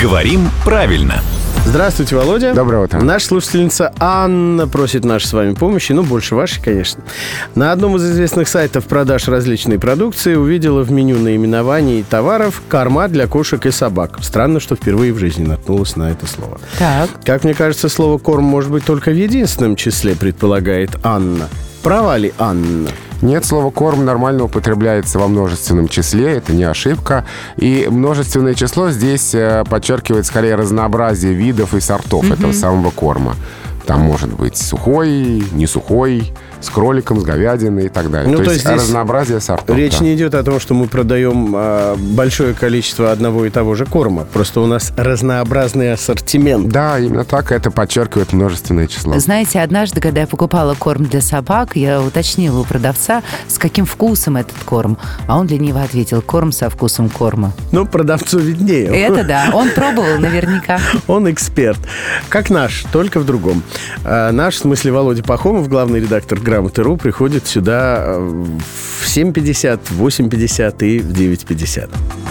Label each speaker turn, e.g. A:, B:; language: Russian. A: Говорим правильно.
B: Здравствуйте, Володя.
C: Доброе утро.
B: Наша слушательница Анна просит нашей с вами помощи, ну, больше вашей, конечно. На одном из известных сайтов продаж различной продукции увидела в меню наименований товаров корма для кошек и собак. Странно, что впервые в жизни наткнулась на это слово.
D: Так.
B: Как мне кажется, слово «корм» может быть только в единственном числе, предполагает Анна. Права ли Анна?
C: Нет, слово «корм» нормально употребляется во множественном числе, это не ошибка. И множественное число здесь э, подчеркивает скорее разнообразие видов и сортов этого самого корма. Там может быть сухой, не сухой, с кроликом, с говядиной и так далее.
B: Ну,
C: то,
B: то
C: есть,
B: есть здесь
C: разнообразие сортов.
B: Речь
C: Ну да.
B: не идет о том, что мы продаем а, большое количество одного и того же корма. Просто у нас разнообразный ассортимент.
C: Да, именно так это подчеркивает множественное число.
D: Знаете, однажды, когда я покупала корм для собак, я уточнила у продавца, с каким вкусом этот корм. А он лениво ответил, корм со вкусом корма.
B: Ну, продавцу виднее.
D: Это да, он пробовал наверняка.
B: Он эксперт. Как наш, только в другом. А, Наш, в смысле, Володя Пахомов, главный редактор «Грамоты.ру», приходит сюда э, в 7.50, в 8.50 и в 9.50.